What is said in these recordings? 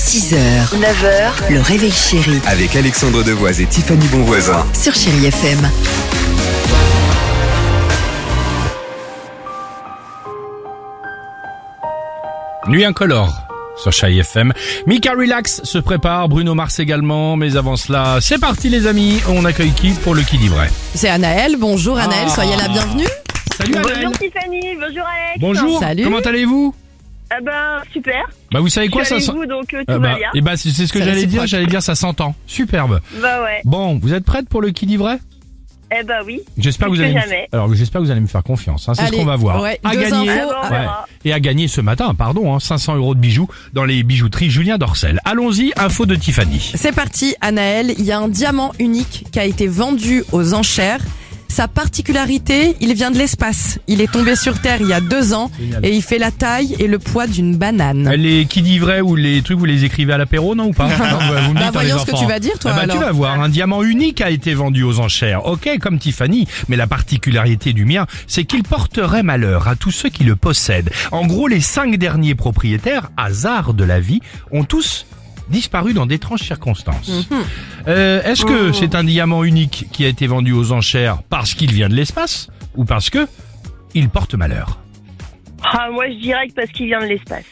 6h, 9h, le réveil chéri Avec Alexandre Devoise et Tiffany Bonvoisin. sur Chéri FM. Nuit incolore sur Chai FM. Mika Relax se prépare, Bruno Mars également, mais avant cela, c'est parti les amis, on accueille qui pour le qui dit vrai C'est Anaël, bonjour Anaël, Ah. soyez la bienvenue. Salut Annelle Bonjour Tiffany, bonjour Alex. Bonjour, Salut. comment allez-vous Ah ben super. Bah vous savez quoi je suis ça avec sent- vous donc euh, tout Ah bah, va bien. eh bah, c'est c'est ce que Ça, j'allais c'est dire, proche. j'allais dire ça s'entend. Superbe. Bah ouais. Bon, vous êtes prête pour le qui dit vrai Eh ben oui. J'espère que vous Plus allez que me- jamais. Alors, j'espère que vous allez me faire confiance, hein, c'est ce Allez, qu'on va voir. ouais, à deux gagner Ah infos. ben, on Ouais. verra. et à gagner ce matin, pardon, hein, 500 euros de bijoux dans les bijouteries Julien Dorcel. Allons-y, info de Tiffany. Ah. C'est parti Anaël, il y a un diamant unique qui a été vendu aux enchères. Sa particularité, il vient de l'espace. Il est tombé sur Terre il y a deux ans Génial. et il fait la taille et le poids d'une banane. Les qui dit vrai ou les trucs vous les écrivez à l'apéro non ou pas Non, bah, vous me Bah, dites, hein, voyons les ce que enfants. tu vas dire, toi, Ah bah, alors. tu vas voir un diamant unique a été vendu aux enchères. OK comme Tiffany, mais la particularité du mien, c'est qu'il porterait malheur à tous ceux qui le possèdent. En gros, les cinq derniers propriétaires, hasard de la vie, ont tous disparu dans d'étranges circonstances. Mhm. Euh, Est-ce que Oh. c'est un diamant unique qui a été vendu aux enchères parce qu'il vient de l'espace ou parce que il porte malheur Ah moi je dirais que parce qu'il vient de l'espace.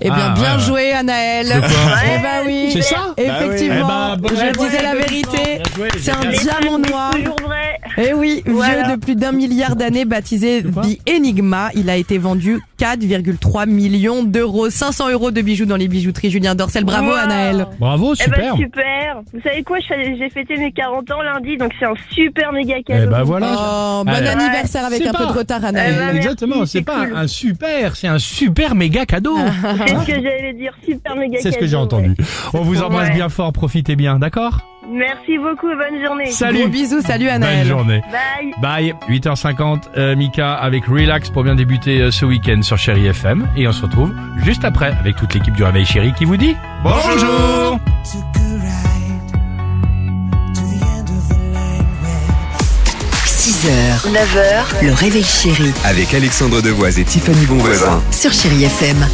Eh bien, Ah, bien ouais, ouais. joué Anaël. De quoi eh ben oui. C'est ça Effectivement, Bah oui. Eh ben, je bravo. disais la vérité. C'est un diamant C'est noir. Toujours vrai. Eh oui, Voilà. vieux de plus d'un milliard d'années, baptisé quoi The Enigma, il a été vendu 4,3 millions d'euros, 500 euros de bijoux dans les bijouteries Julien Dorcel. Bravo Wow. Anaël. Bravo, Eh ben super. super. Vous savez quoi, je- j'ai fêté mes 40 ans lundi donc c'est un super méga Eh cadeau. ben voilà. Oh, bon Alors, anniversaire avec c'est un peu pas- de retard Eh ben, Anaël. Exactement, merci, c'est c'est pas cool. un super, c'est un super méga cadeau. C'est ce que j'allais dire. Super méga cadeau. C'est ce que j'ai ouais. entendu. On vous embrasse Ouais. bien fort, profitez bien, d'accord Merci beaucoup. Bonne journée. Salut. Gros bisous, salut Bonne Anaël. journée. Bye. Bye, 8h50, euh, Mika avec Relax pour bien débuter euh, ce week-end sur Chéri FM. Et on se retrouve juste après avec toute l'équipe du Réveil Chéri qui vous dit bonjour. took a ride to the end of the line where 6h, 9h, le réveil chéri Avec Alexandre Devoise et Tiffany Bonvoisin. sur Chéri FM.